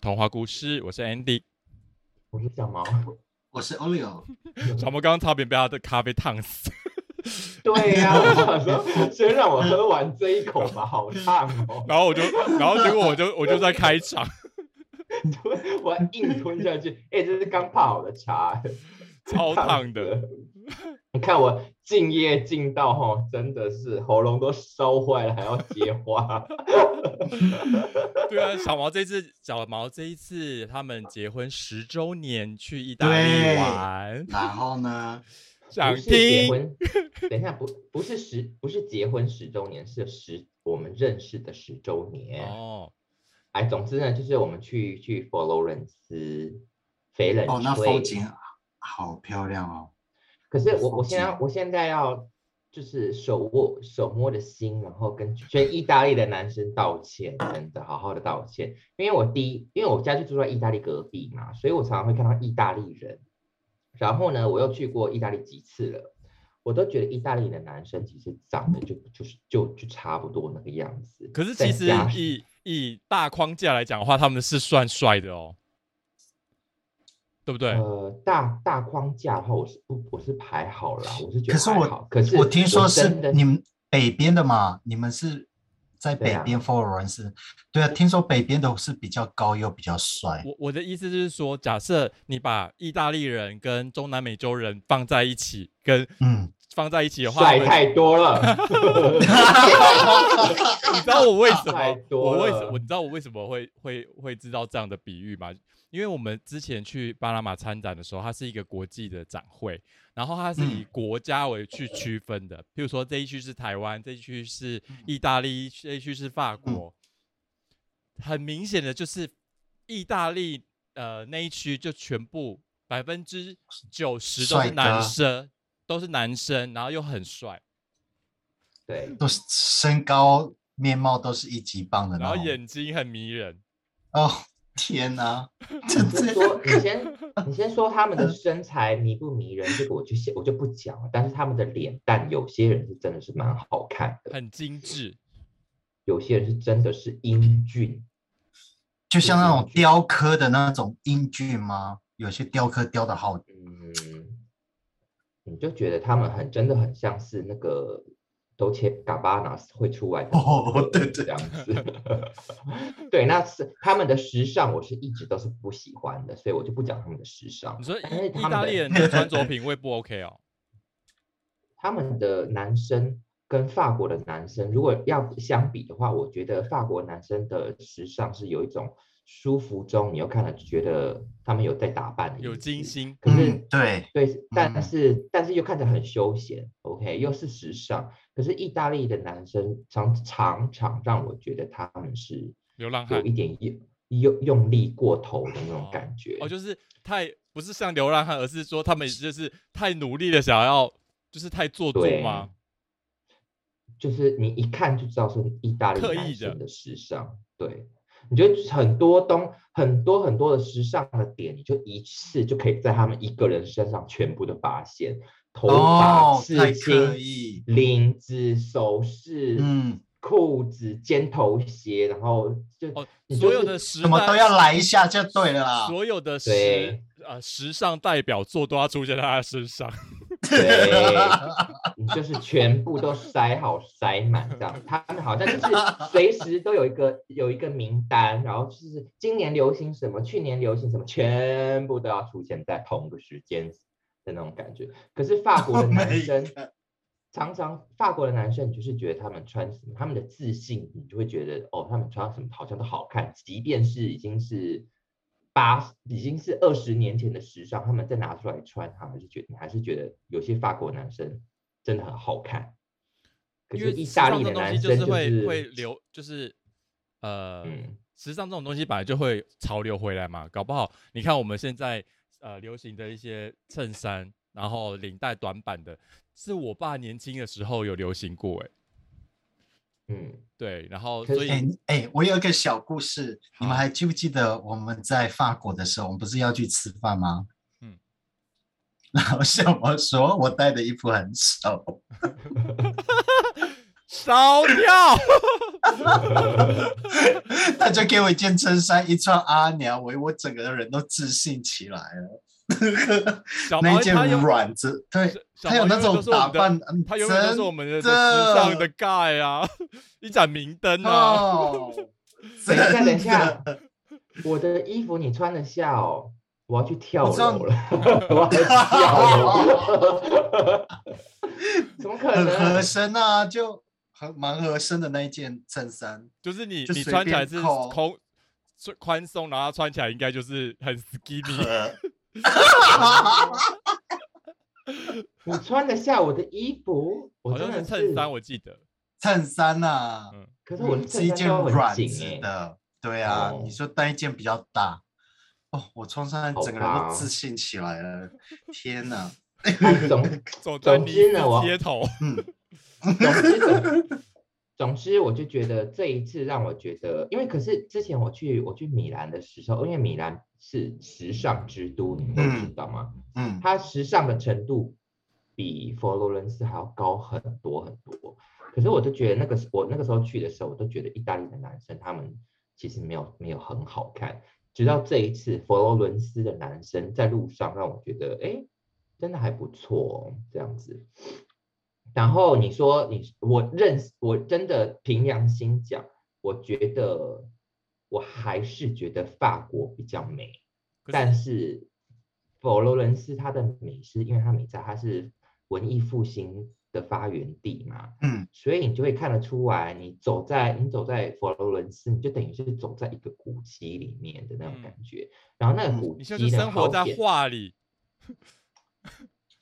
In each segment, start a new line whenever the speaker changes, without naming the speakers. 童话故事，我是 Andy。
我是小毛，
我是 Olio，
小毛刚刚差点被他的咖啡烫死。
对呀、我想说，先让我喝完这一口吧，好烫哦！
然后我就，然后结果我就我就在开 场，
对，我硬吞下去。哎、这是刚泡好的茶，
超烫
死
的。
了。你看我敬业敬到吼，真的是喉咙都烧坏了，还要接话。
对啊，小毛这次，小毛这一次他们结婚十周年去意大利
对
玩，
然后呢，
想
不是结
听
婚，等一下，不不是十，不是结婚十周年，是十我们认识的十周年。
哦。
哎，总之呢，就是我们去去佛罗伦斯，翡冷
哦，那
翠
风景好漂亮哦，
可是我
好
我现在
紧
我现在要就是手握手摸着心，然后跟全意大利的男生道歉，真的好好的道歉，因为我第一，因为我家就住在意大利隔壁嘛，所以我常常会看到意大利人。然后呢，我又去过意大利几次了，我都觉得意大利的男生其实长得就就是就就差不多那个样子。
可是
再
其实
加上
以以大框架来讲的话，他们是算帅的哦，对不对？
呃，大大框架的话，我是不我是排好了，我是觉
可
得
是
还
我
好。可是
我听说是
真的
你们北边的嘛，你们是在
对
北
啊
边佛罗伦斯，对啊，听说北边的是比较高又比较帅，
我我的意思就是说，假设你把意大利人跟中南美洲人放在一起，跟
嗯，
放在一起的话，
帅
会
太 多了。
你知道我为什
太
么？
多
我为什
了
我你知道我为什么会会会知道这样的比喻吗？因为我们之前去巴拿马参展的时候，它是一个国际的展会，然后它是以
嗯
国家为去区分的。譬如说这一区是台湾，这一区是
嗯
意大利，这一区是法国。很明显的就是意大利呃那一区就全部百分之九十都
帅
是
哥
男生，都是男生，然后又很帅。
对，
都是身高面貌都是一级棒的
然
那
后
种，
眼睛很迷人，
哦，天哪，这
你 先
这
说，你先，你先说他们的身材迷不迷人，这个我就先我就不讲了。但是他们的脸蛋，有些人是真的是蛮好看的，
很精致。
有些人是真的是英俊。
就像那
是
种雕刻的那种英俊吗？有些雕刻雕的好，
嗯，你就觉得他们很真的很像是那个 Dolce Gabbana 会出来的
哦
风格
对对
这样子。 对，那是他们的时尚，我是一直都是不喜欢的，所以我就不讲他们的时尚
你。说
但是
意意
哎他们
大
的
利人的穿着品味不 OK 哦？
他们的男生跟法国的男生，如果要相比的话，我觉得法国男生的时尚是有一种舒服中，你又看了觉得他们有在打扮的，
有精。心，
可是、
嗯，对，
对，但
嗯
是、但是又看着很休闲，OK，又是时尚。可是意大利的男生常常常让我觉得他们是
流浪汉
有一点用用用力过头的那种
哦
感觉。
哦，就是太不是像流浪汉，而是说他们就是太努力的想要，就是太做作
对
吗？
就是你一看就知道是意大利
刻意
男
的
生的时尚，对，你觉得很多东很多很多的时尚的点，你就一次就可以在他们一个人身上全部的发现，头发、
哦，太
刺
刻
青、
意，
领子、首饰、
嗯，
裤子、尖头鞋，然后就、
哦，
你
所
就
有
是
的时
什么
代
都要来一下就对了啦。
所有的时
对
呃时尚代表作都要出现在他的身上。
对， 你就是全部都塞好塞满这样，他们好像 就是随时都有一个有一个名单，然后就是今年流行什么，去年流行什么，全部都要出现在同个时间的那种感觉。可是法国的
Oh
男
my
生
God
常常法国的男生，你就是觉得他们穿什么，他们的自信，你就会觉得哦，他们穿什么好像都好看，即便是已经是八，已经是二十年前的时尚，他们再拿出来穿，他们是觉得你还是觉得有些法国男生真的很好看，可
因
是
为
意
时
大
尚
利
这种
的
东
男
西
生
是
就
会
是
会流，就是呃，
嗯，
时尚这种东西本来就会潮流回来嘛，搞不好你看我们现在呃流行的一些衬衫，然后领带短版的，是我爸年轻的时候有流行过哎、
嗯，
对，然后
可
所以
是
哎哎，我有一个小故事，你们
好
还记不记得我们在法国的时候，我们不是要去吃饭
嗯
吗？嗯，然后小毛说我带的衣服很少，
烧掉，
他就给我一件衬衫，一串阿娘围，我整个人都自信起来了。
小
那
毛
一件
他有
软子，对，
小
他有
毛
那
永远都
种
是我
打
们的
扮，嗯
他永远都是我们的的时
真
尚的盖啊， 一盏明灯啊。
哦，
等一下，等一
真的
下，我的衣服你穿得下哦？我要去跳
我知道
楼了， 我要 去跳楼， 怎么可
很合
能？
身啊，就很蛮合身的那一件衬衫，
就是你
就
你
随
穿起来
便
是
扣
空最宽松，然后穿起来应该就是很 skinny。
你穿得下我的衣服？我
好
真
像
的
是衬衫，，我记得。
衬衫啊，
嗯
可是我的
是一
衬
件
衫都很
软
紧
质
哎。
的，对啊，
哦
你说单一件比较大，哦，我穿上
好
整个人都
吧
自信起来了，天哪，
哎总
走在
总
尼
之
斯
呢我
街头，
嗯，
总之总，总之，我就觉得这一次让我觉得，因为可是之前我去我去米兰的时候，因为米兰是时尚之都，你们都知
嗯
道吗？
嗯，
它时尚的程度比佛罗伦斯还要高很多很多。可是我就觉得那个时我那个时候去的时候，我都觉得意大利的男生他们其实没有没有很好看。直到这一次佛罗伦斯的男生在路上让我觉得，哎，真的还不错、哦，这样子。然后你说你我认识我真的凭良心讲，我觉得我还是觉得法国比较美。
可
但
是
是佛罗伦斯它的美是因为它美在它是文艺复兴的发源地嘛，
嗯，
所以你就会看得出来，你走在你走在佛罗伦斯，你就等于是走在一个古迹里面的那种
嗯
感觉。然后那个
嗯
古
你
迹
现在就
呢，
生活
好
在
险
画里，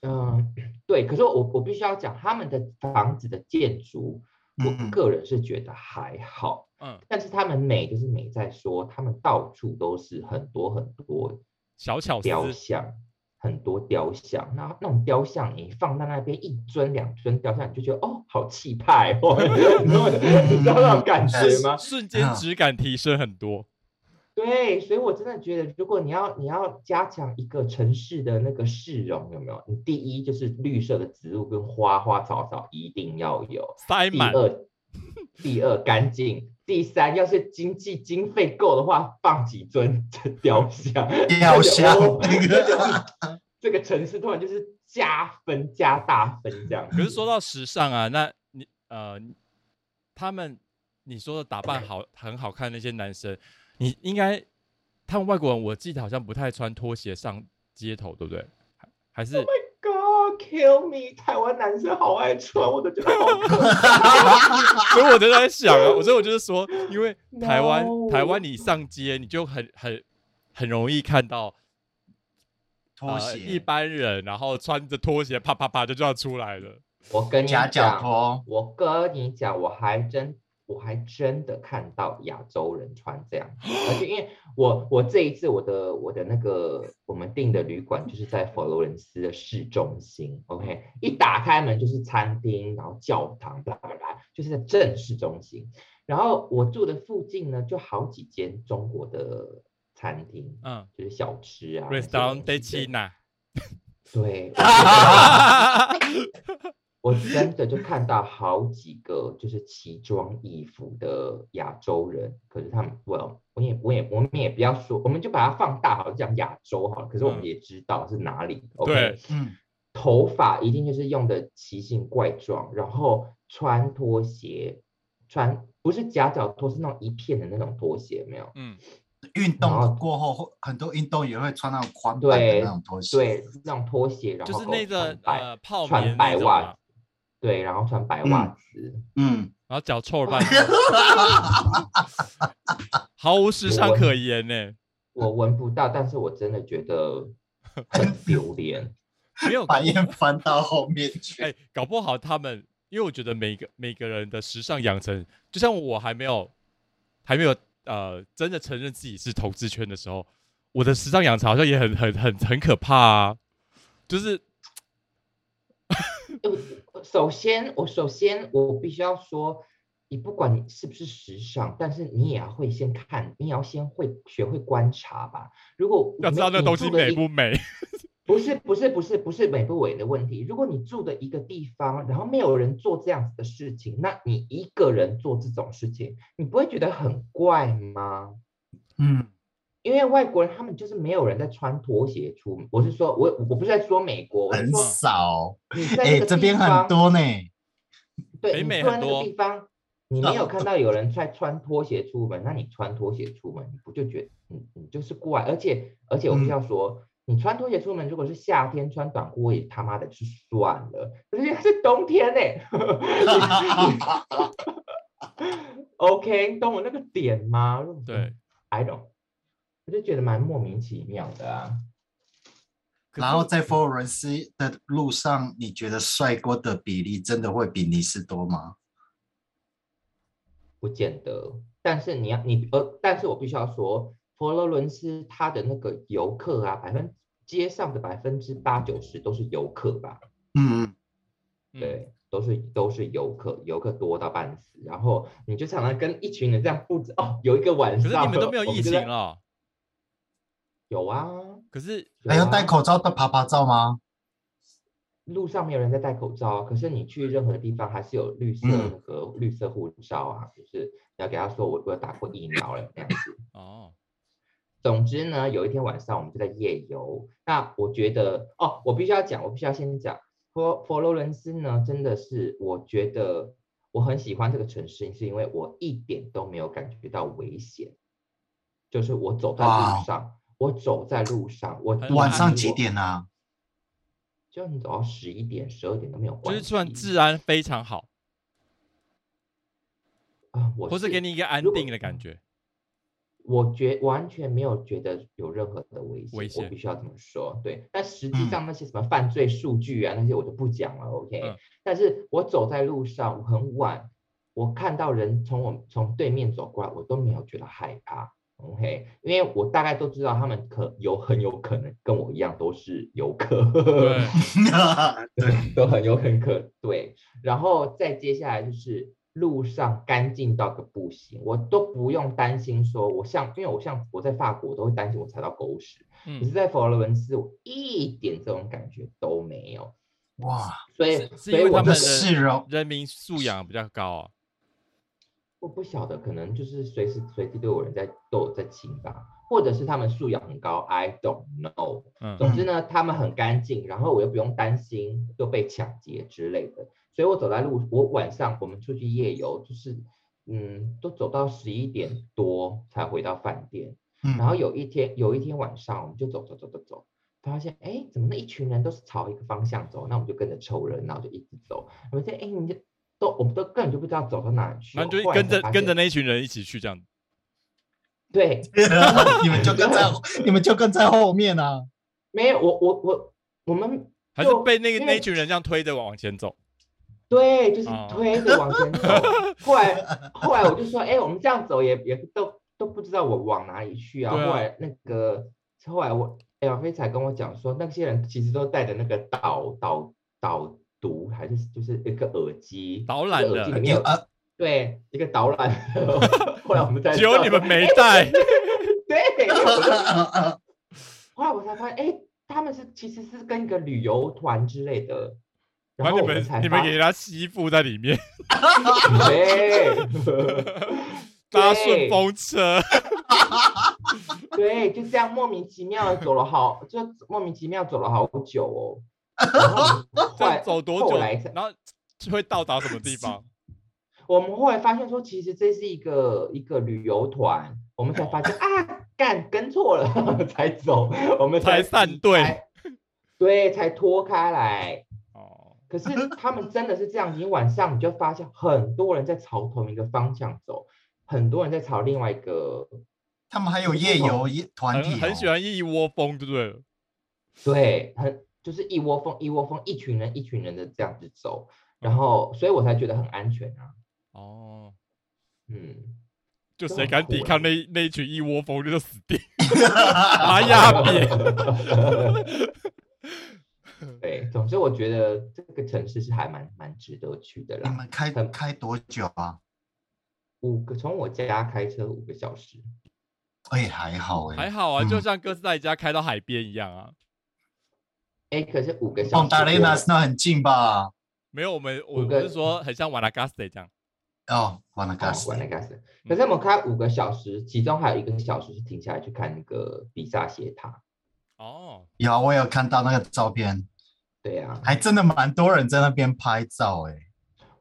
嗯，对。可是我我必须要讲，他们的房子的建筑，
嗯
我个人是觉得还好。
嗯，
但是他们美就是美在说，他们到处都是很多很多
小巧思，
雕像，很多雕像。那那种雕像，你放在那边一尊两尊雕像，你就觉得哦，好气派哦， 你知道 你知道那种感觉吗？
瞬间
啊
嗯
质感提升很多。
对，所以我真的觉得，如果你要你要加强一个城市的那个市容，有没有？你第一就是绿色的植物跟花花草草一定要有，
塞
第
满，
二，第二干净。第三，要是经济经费够的话，放几尊 雕像，
雕像
那个这个城市突然就是加分加大分这样子。
可是说到时尚啊，那你呃，他们你说的打扮好很好看那些男生，你应该他们外国人，我记得好像不太穿拖鞋上街头，对不对？还还是
God kill me，台湾男生好爱穿，我都觉得好可怕。
所以我就在想啊，我所以我就是说，因为台湾
No
台湾你上街你就很很很容易看到
拖
啊
呃一
鞋，
般人，然后穿着拖鞋啪啪啪就这样出来了。
我跟你
夹脚
讲，
拖，
我跟你讲，我还真我还真的看到亚洲人穿这样，而且因为我我这一次我的我的那个我们订的旅馆就是在佛罗伦斯的市中心，OK，一打开门就是餐厅，然后教堂，巴拉巴拉，就是在正市中心。然后我住的附近呢，就好几间中国的餐厅，
嗯
就是小吃啊
r e s t a u r a n t
那
e
些东西
China，
对，我真的就看到好几个就是奇装异服的亚洲人，可是他们，well，我也我也我们也不要说，我们就把它放大好了，讲亚洲好了。可是我们
嗯
也知道是哪里。
对，
嗯，
头发一定就是用的奇形怪状，然后穿拖鞋，穿不是夹脚拖，是那种一片的那种拖鞋，有没有。
嗯，
运
然后
动过后会很多运动也会穿那种宽版的
对
那种拖鞋，
对，那种拖鞋，然
就
后
是
给我
那个
穿白
呃泡棉
穿
那
白
种
袜
嘛
子，，对，然后穿白
嗯
袜子，
嗯，
然后脚臭了 半天毫无时尚可言呢、
我闻不到，但是我真的觉 得很丢脸。
没有
把烟翻到后面去，
哎、搞不好他们，因为我觉得每个每个人的时尚养成，就像我还没有还没有呃真的承认自己是投资圈的时候，我的时尚养成好像也很很很很可怕啊，就是
首先，我首先我必须要说，你不管你是不是时尚，但是你也要会先看，你也要先会学会观察吧。如果
要知道
没
那
你
东
住
西
的
美
地
不美，
不是不是不是不是美不美的问题。如果你住的一个地方，然后没有人做这样子的事情，那你一个人做这种事情，你不会觉得很怪吗？
嗯，
因为外国人他们就是没有人在穿拖鞋出门。我是说，我我不是在说美国，我是
很
说
少。
你在
哎、
那个
这
地
边很
方
多呢。
对，
北
你
美
住
很
在那
多
个地方，你没有看到有人穿穿拖鞋出门，那你穿拖鞋出门，你不就觉得你你就是怪？而且而且我
嗯
必须要说，你穿拖鞋出门，如果是夏天穿短裤也他妈的就算了，可是是冬天呢、OK，懂我那个点吗？我就
对，
，I don't，我就觉得蛮莫名其妙的啊。
可
然
是
后在佛罗伦斯的路上，你觉得帅哥的比例真的会比尼斯多吗？
不见得。但是你要你呃，但是我必须要说，佛罗伦斯它的那个游客啊，百分街上的百分之八九十都是游客吧？
嗯，嗯
嗯
对，都是都是游客，游客多到半死。然后你就常常跟一群人这样不知哦，有一个晚
可
上
是你们都没有
我
疫
就
情啊
在
了，
有啊，
可是
还要
啊
戴口罩的爬爬照吗？
路上没有人在戴口罩啊，可是你去任何的地方还是有绿色
嗯
那个绿色护照啊，就是你要给他说我我有打过疫苗了这样子。
哦，
总之呢，有一天晚上我们就在夜游。那我觉得，哦，我必须要讲，我必须要先讲佛佛罗伦斯呢，真的是我觉得我很喜欢这个城市，是因为我一点都没有感觉到危险。就是我走在
哇
路上，我走在路上，我
很
晚上
我
几？点啊？
就你走到十一点、十二点都没有
就
关
是
系。
突然治安非常好，
啊，我
或是
是
给你一个安
如果
定的感 觉。
我觉完全没有觉得有任何的危险，
危
我
险
必须要这么说。对，但实际
嗯
上那些什么犯罪数据啊、那些我就不讲了，OK、
嗯
但是我走在路上，我很晚，我看到人从我从对面走过来，我都没有觉得害怕，OK，因为我大概都知道他们可有很有可能跟我一样都是游客，
对，
对，
都很有很可对。然后再接下来就是路上干净到个不行，我都不用担心说我像，因为我像我在法国我都会担心我踩到狗屎，可是
嗯，
在佛罗伦斯我一点这种感觉都没有，
哇，
所以
是是
所以
因为
我
他
那
们
就
的
是哦，
人民素养比较高啊。
我不晓得，可能就是随时随地都有人在都有在清吧，或者是他们素养很高，I don't know。
嗯，
总之呢，他们很干净，然后我又不用担心又被抢劫之类的，所以我走在路，我晚上我们出去夜游，就是嗯，都走到十一点多才回到饭店。然
嗯，
后有一天，有一天晚上，我们就走走走走走，发现哎，怎么那一群人都是朝一个方向走？那我们就跟着凑人，然后就一直走。我们说哎，诶你就都我们都根本就不知道走到哪里去
然
了。
后就
后来
跟
才
着
发
跟着
现
那一群人一起去这样。
对，
你们就跟在你们就跟在后面啊。
没有我我我我们
还是
就
被那个
因
那
为
一群人这样推着往前走，
对，就是
哦
推着往前 走。后来后来我就说，哎、我们这样走也也都都不知道我往哪里去啊。
对啊
后来那个后来我哎呀，飞才跟我讲说，那些人其实都戴着那个导导导读还是就是一个耳机，
导
一个
览
耳
的
机里面
有
有
啊，
对一个导览的。 后来我们 在
只有你们没带。
对，我就
啊
后来我才发现，哎、他们是其实是跟一个旅游团之类的。然
然
后
后
我
你
们
们
才
你
发
们给他吸附在里面，
对，
搭顺风车，
对，就这样莫名其妙的走了好，就莫名其妙走了好久哦。然后我们
这
后来
样走多
后
久
来才？
然后就会到达什么地 方？
我们后来发现说，其实这是一个一个旅游团，我们才发现啊，干跟错了 才走，我们
才散
离
队
开，对，才拖开来。
哦，
可是他们真的是这样，你晚上你就发现很多人在朝同一个方向走，很多人在朝另外一个
他们还有夜游夜团体、
很
哦，
很喜欢一窝蜂，对不对了？
对，很就是一窝蜂、一窝蜂、一群人、一群人的这样子走，然后所以我才觉得很安全啊。
哦，
嗯，
就
这
谁
很
敢
酷
抵
欸
抗那那一群一窝蜂，就死定，把他压 扁。
对，总之我觉得这个城市是还蛮蛮值得去的
你
啦。
们开
很
开多久啊？
五个从我家开车五个小时，
哎、还好哎、
还好啊，就
嗯
像哥斯达黎加开到海边一样啊。
哎，可是五个小时
Ponta
过
Arenas
了，
那很近吧？
没有，我们我
五
我
个
是说很像瓦拉嘎斯这样，
哦，完了，
啊
干死
完了该死！可是我们开五个小时，其中还有一个小时是停下来去看那个比萨斜塔。
哦，
有啊，我有看到那个照片，
对啊，
还真的蛮多人在那边拍照欸诶、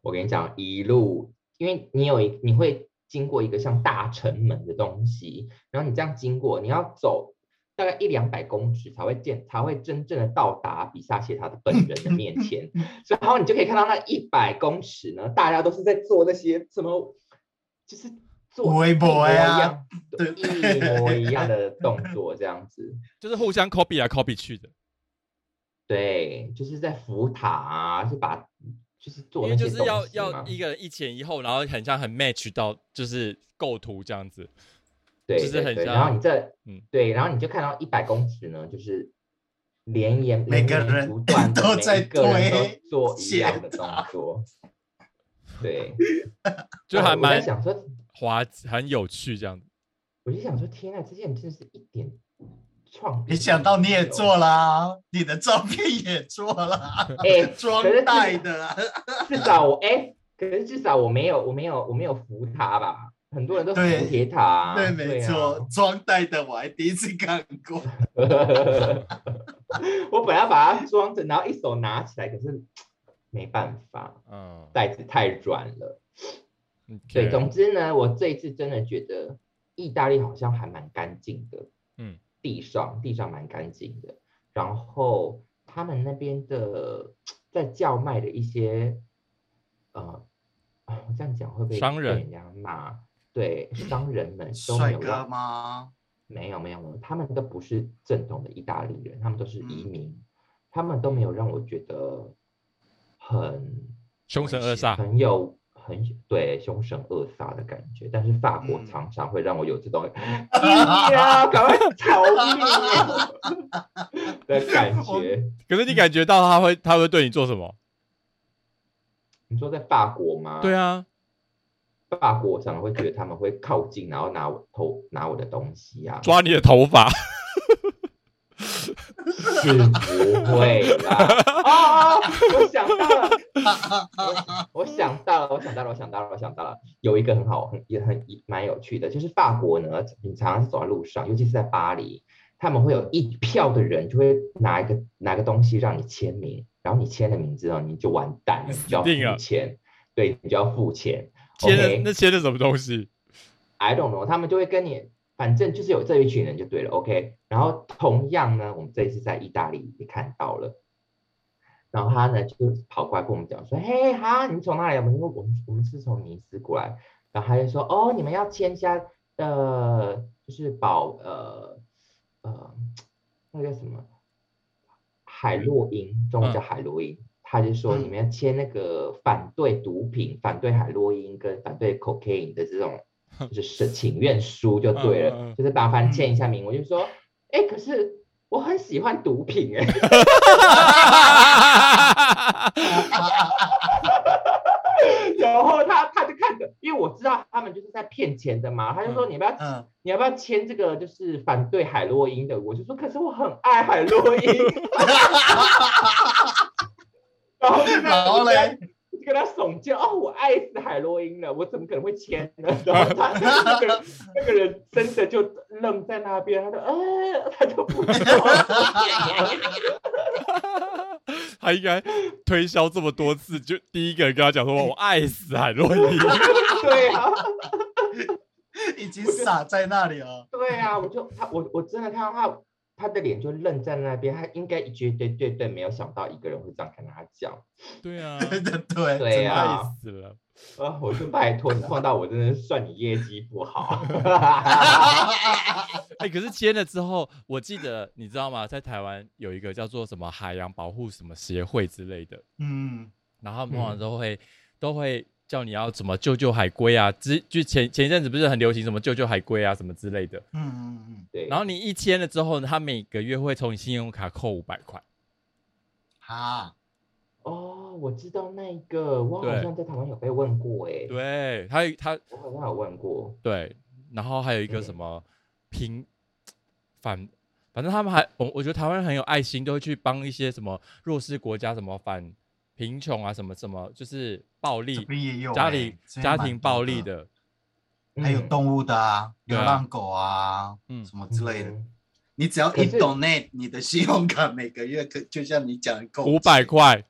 我跟你讲，一路，因为你有一你会经过一个像大城门的东西，然后你这样经过，你要走大概一两百公尺才会见，才会真正的到达比萨斜塔的本人的面前
嗯嗯。
所以然后你就可以看到那一百公尺呢，大家都是在做那些什么，就是做
微
一
博
模一
呀
样，
对
一模一样的动作这样子。
就是互相 copy 来 copy 去的，
对，就是在扶塔啊，是把就是做
因
那
为
些
就
东西
是要
嘛
要一个人一前一后，然后很像很 match 到就是构图这样子，
对，
就是
对
很
对然后
像
你这，
嗯
嗯，对，然后你就看到一百公尺呢，就是连延
每
连
个
绵
人
不断地
都
每
在
一个人
推
都做一
卸
样的动
打
作。对，
就
然后
还
哦我
蛮
在想说，
滑很有趣这样子。
我就想说，天啊，这些人真的是一点创。
没想到你也做，啦，你的照片也做啦，
哎，
装
可是至
袋的啦。
至少我哎，可是至少我没有，我没有，我没有扶他吧？很多人都扶
对
铁塔 啊，
对，没
啊
错，装袋的我还第一次看过。
我本来把它装着，然后一手拿起来，可是没办法，
嗯，
袋子太软了。
嗯
对，
OK
总之呢，我这一次真的觉得意大利好像还蛮干净的，
嗯，
地上地上蛮干净的。然后他们那边的在叫卖的一些，呃，啊我这样讲会不会
商
被
人
人家骂？对，商人 们都没
帅
有
哥
让
吗？
没有没有没有，他们都不是正统的意大利人，他们都是移
嗯
民，他们都没有让我觉得很
凶神恶煞，
很有很对凶神恶煞的感觉。但是法国
嗯
常常会让我有这种呀，赶快逃命的感
我
觉。
可是你感觉到他会他会对你做什么？
你说在法国吗？
对啊，
法国我常常会觉得他们会靠近，然后拿我偷拿我的东西啊，
抓你的头 发，
是不会 啦。哦，我想到了。我想到了，我想到了，我想到了，我想到了，有一个很好，很也很蛮有趣的，就是法国呢，你常常是走在路上，尤其是在巴黎，他们会有一票的人就会拿一个拿个东西让你签名，然后你签了名之后你就完蛋了，你就要
定了
付钱，对你就要付钱。
签的
OK
那签的什么东西？
I don't know，他们就会跟你，反正就是有这一群人就对了，OK。然后同样呢，我们这一次在意大利也看到了，然后他呢就跑过来跟我们讲说，嘿哈，你们从哪里来？我们说我们我们是从尼斯过来，然后他就说，哦，你们要签下呃，就是保呃呃那个叫什么海洛因，中文叫海洛因。他就说你
嗯
们要签那个反对毒品、反对海洛因跟反对 cocaine 的这种就是请愿书就对了，
嗯嗯嗯
就是麻烦签一下名。我就说，哎、可是我很喜欢毒品 哎、然后他他就看着，因为我知道他们就是在骗钱的嘛，他就说你要不要、
嗯，
你要不要签这个就是反对海洛因的？我就说，可是我很爱海洛因。 然后就
然后嘞，
我就跟他耸肩，哦，我爱死海洛因了，我怎么可能会签 呢？然后他那个人那个人真的就愣在那边，他就呃，他就不说，
他应该推销这么多次，就第一个人跟他讲 说：“我爱死海洛因。
对啊，
已经撒在那里了。
对啊，我就他我我真的看到他他的脸就愣在那边，他应该绝对绝对没有想到一个人会这样跟他讲，”
对啊，
对对对，
对
真的
啊
爱死了。
啊，我就拜托你碰到我真的是算你业绩不 好，
哎、可是签了之后，我记得你知道吗？在台湾有一个叫做什么海洋保护什么协会之类的，
嗯，
然后他们通常都会、都会叫你要怎么救救海龟啊，之就前前一阵子不是很流行什么救救海龟啊什么之类的。
嗯嗯嗯，
对，
然后你一签了之后呢，他每个月会从你信用卡扣五百块。
哈，
哦，我知道那一个，我好
对
像在台湾有被问过哎、欸，
对他他
我好像有问过。
对，然后还有一个什
嗯
么平反，反正他们还我我觉得台湾人很有爱心，都会去帮一些什么弱势国家什么反贫穷啊，什么什么就是暴
这
力
边也有
家
欸
里
这
家
边蛮
庭
多
暴力，的，
还有
嗯
动物的啊，
对啊
流浪狗啊，
嗯
什么之类的。
嗯
你只要
可
一
是
donate，你的信用卡每个月可就像你讲的，
五百块，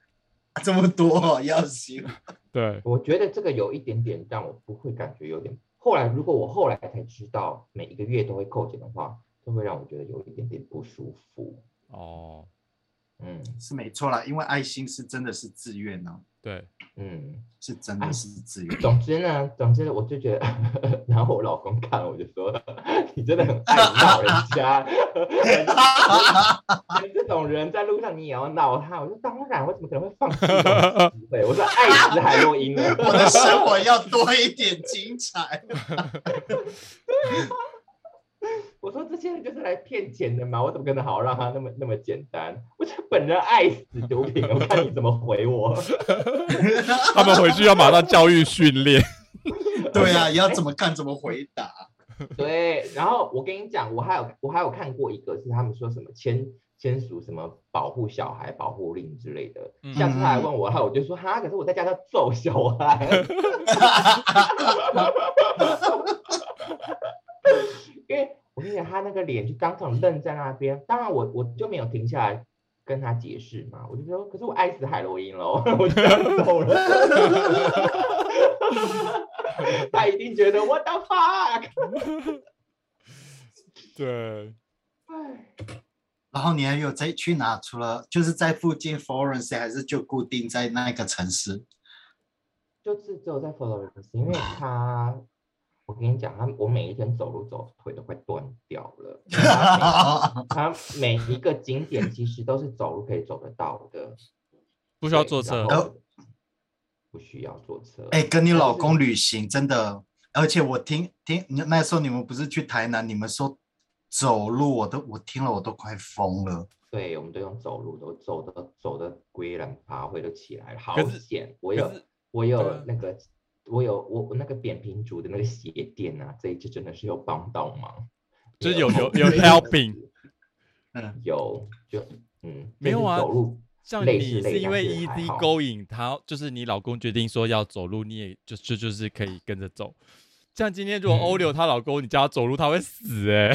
这么多哦、要行。
对，
我觉得这个有一点点让我不会感觉有点。后来如果我后来才知道每一个月都会扣钱的话，这会让我觉得有一点点不舒服。
哦，
嗯
是没错啦，因为爱心是真的是自愿哦，
对，
嗯，
是真的是自愿。
总之呢，总之我就觉得， 然后我老公看了我就说， 你真的很爱闹人家，这种人在路上你也要闹他。我说当然，我怎么可能会放弃这种机会？我说爱死海洛因了。
我的生活要多一点精彩。
我说这些人就是来骗钱的嘛，我怎么可能好让他那么那么简单？我这本人爱死毒品，我看你怎么回我。
他们回去要马上教育训练，
对啊，要怎么看怎么回 答。
对，然后我跟你讲，我还有我还有看过一个是他们说什么签签署什么保护小孩保护令之类的，
嗯
下次他来问我，然后我就说哈，可是我在家要揍小孩。 因为我跟你讲，他那个脸就当场愣在那边。当然我，我就没有停下来跟他解释嘛，我就说，可是我爱死海洛因喽， 我就这样走了。他一定觉得 what the fuck，
对，
哎
然后你还有再去哪？除了就是在附近 Florence，还是就固定在那个 城市？
就是只有在 Florence，因为他，我跟你讲，他我每一天走路走腿都快断掉了。 他每他每一个景点其实都是走路可以走得到的，
不
不
需要坐车，
哦
不需要坐车。
哎、跟你
但
老
是
公旅行真的，而且我听听你那时候你们不是去台南，你们说走路，我都我听了我都快 疯了。
对，我们都用走路，都走的走的龟然爬回都起来了，好
可是
险！我有
可是
我
啊
有那个我有我我那个扁平足的那个鞋垫啊，这一次真的是有帮到忙，
就是
也
有 有有
帮到
helping，
有就嗯
没
就
有
是
啊
走路
像
累
你
是累
是因
但
为
是还
EZ
好
勾引他，就是你老公决定说要走路，你也就就就是可以跟着走。像今天如果欧
嗯
柳她老公你叫她走路，她会死哎、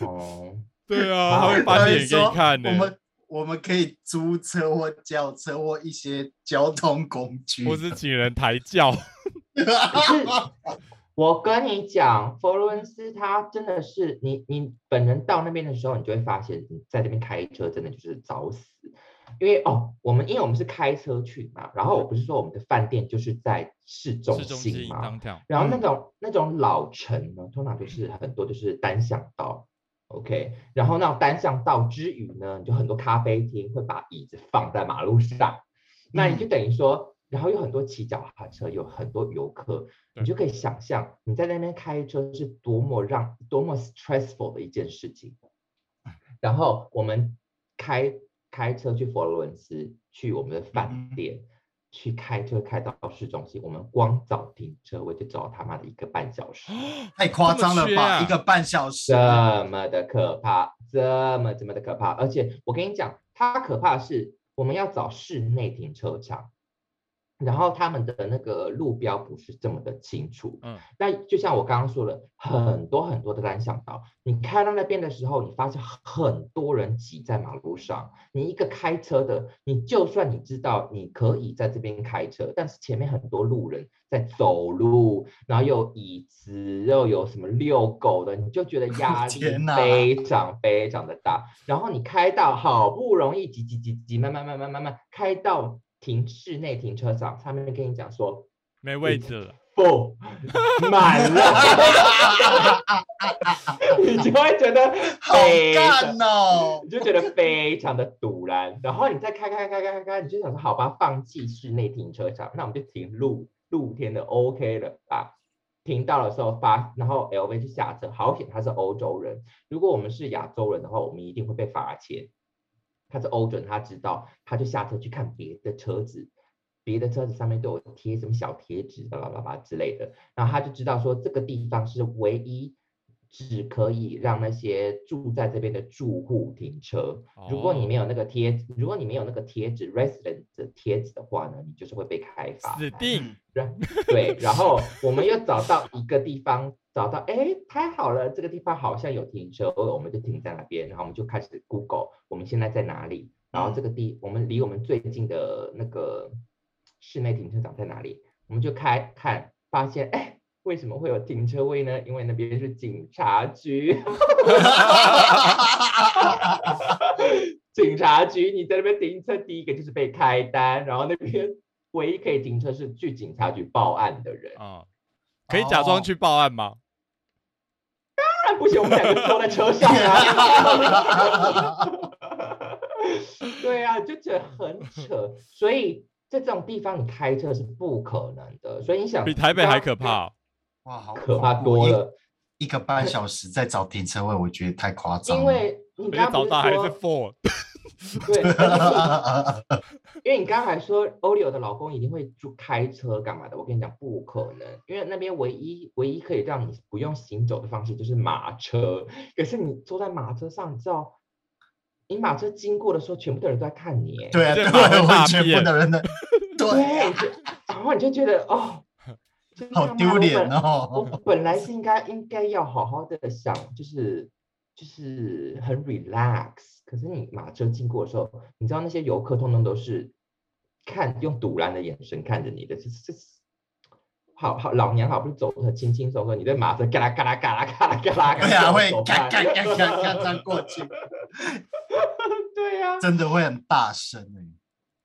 哦，
对啊，她会翻
所以
脸给
说
你看欸呢、
我们我们可以租车或轿车或一些交通工具。
或是请人抬轿，
可是我跟你讲，佛罗伦斯它真的是你你本人到那边的时候，你就会发现你在那边开车真的就是找死，因为哦，我们因为我们是开车去嘛，然后我不是说我们的饭店就是在市中
市中心
心嘛，
当跳。
然后那种那种老城呢，通常就是很多就是单向道。OK，然后那种单向道之余呢，你就很多咖啡厅会把椅子放在马路上，那你就等于说，然后有很多骑脚踏车，有很多游客，
对
你就可以想象你在那边开车是多么让多么 stressful 的一件事情。然后我们开开车去佛罗伦斯，去我们的
嗯
饭
哼
店，去开车开到市中心，我们光找停车位就找他妈的一个半小时，
啊
太夸张了
这么缺
吧？
啊
一个半小时
这，么的可怕，这么这么的可怕。而且我跟你讲，它可怕的是我们要找室内停车场。然后他们的那个路标不是这么的清楚，
嗯，
那就像我刚刚说的，很多很多的单向道，你开到那边的时候，你发现很多人挤在马路上。你一个开车的，你就算你知道你可以在这边开车，但是前面很多路人在走路，然后又有椅子，又有什么遛狗的，你就 觉得压力
天哪
非常非常的大。然后你开到好不容易挤挤挤挤，慢慢慢慢慢慢开到停室内停车场，他们跟你讲说
没位置了，
不满 了， 你就会觉得
好
非常
干哦！
你就觉得非常的堵然，然后你再开开开开开开，你就想说好吧，放弃室内停车场，那我们就停路露天的 OK 了吧？停到的时候发，然后 LV 就下车，好险他是欧洲人，如果我们是亚洲人的话，我们一定会被罚钱。他是欧洲人，他知道，他就下车去看别的车子，别的车子上面都有贴什么小贴纸，巴拉巴拉巴拉之类的，然后他就知道说这个地方是唯一只可以让那些住在这边的住户停车。如果
哦
你没有那个贴，如果你没有那个贴纸 resident 的贴纸的话呢，你就是会被开罚
死
单。
定，
然对，然后我们又找到一个地方，找到哎，太好了，这个地方好像有停车，我们就停在那边，然后我们就开始 Google 我们现在在哪里，然后这个地我们离我们最近的那个室内停车场在哪里，我们就开看，发现哎，为什么会有停车位呢？因为那边是警察局。
嗯
警察局，你在那边停车，第一个就是被开单，然后那边唯一可以停车是去警察局报案的人，
啊，可以假装
哦
去报案吗？
当 然不行，我们两个都在车上啊。 对啊，就觉得很扯，所以在这种地方你开车是不可能的，所以你想
比台北还可，怕哦，
哇，好
可怕
恐怖
多了，
一，一个半小时在找停车位，我觉得太夸张了。
因 为你
而且
刚刚
早
不
大还是
说
four，
对，因为你刚才说欧里欧的老公一定会住开车干嘛的，我跟你讲不可能，因为那边唯一唯一可以让你不用行走的方式就是马车。可是你坐在马车上，你知道，你马车经过的时候，全部的人都在看你耶，
对啊，
这
对
不会
啊，
大
完全
便
不能的，对，
对，啊你就然后你就觉得 哦，真
好
他妈
丢
的
脸！
我本
哦。
我本来是应该应该要好好的想，就是就是很 relax，可是你马车经过的时候，你知道那些游客通通都是看用堵然的眼神看着你的，这这。好好，老娘好不容易走的轻轻松松，你对马车嘎啦嘎啦嘎啦嘎啦嘎啦，
对啊，会
走
嘎
慢
嘎嘎嘎嘎这样过去，
对呀、
真的会很大声哎。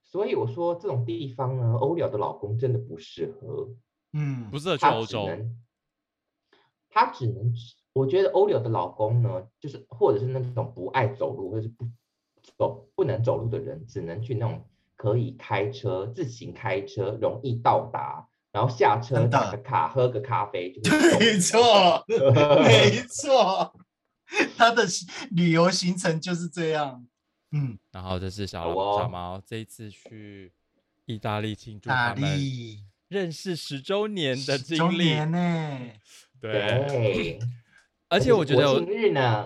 所以我说这种地方呢，欧了的老公真的不适合。
嗯
不，适合去
他
欧
只
洲，
能他只能是，我觉得欧柳的老公呢，就是或者是那种不爱走路，或者是不走不能走路的人，只能去那种可以开车、自行开车、容易到达，然后下车
真的
打个卡、喝个咖啡就可以走。
没错，没错，他的旅游行程就是这样。嗯，
然后这是小
好
老、
哦
小毛这一次去意大利庆祝
大
他们
力
认识十周年的
10周
经历，
年欸哦呢？
对，
对，
而且我觉得
国
我
庆日呢，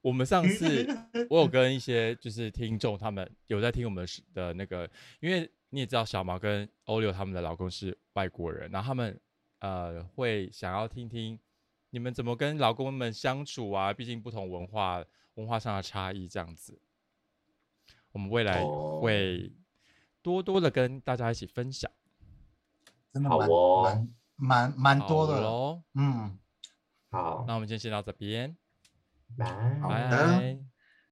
我们
嗯
上次 我有跟一些就是听众他们有在听我们是的那个，因为你也知道小毛跟欧柳他们的老公是外国人，然后他们呃会想要听听你们怎么跟老公们相处啊，毕竟不同文化文化上的差异这样子。我们未来
哦
会多多的跟大家一起分享，
真的
好
蛮
哦
蛮蛮蛮多
好
的。
喽。
嗯，
好，
那我们今天先到这边，
拜
好。
拜。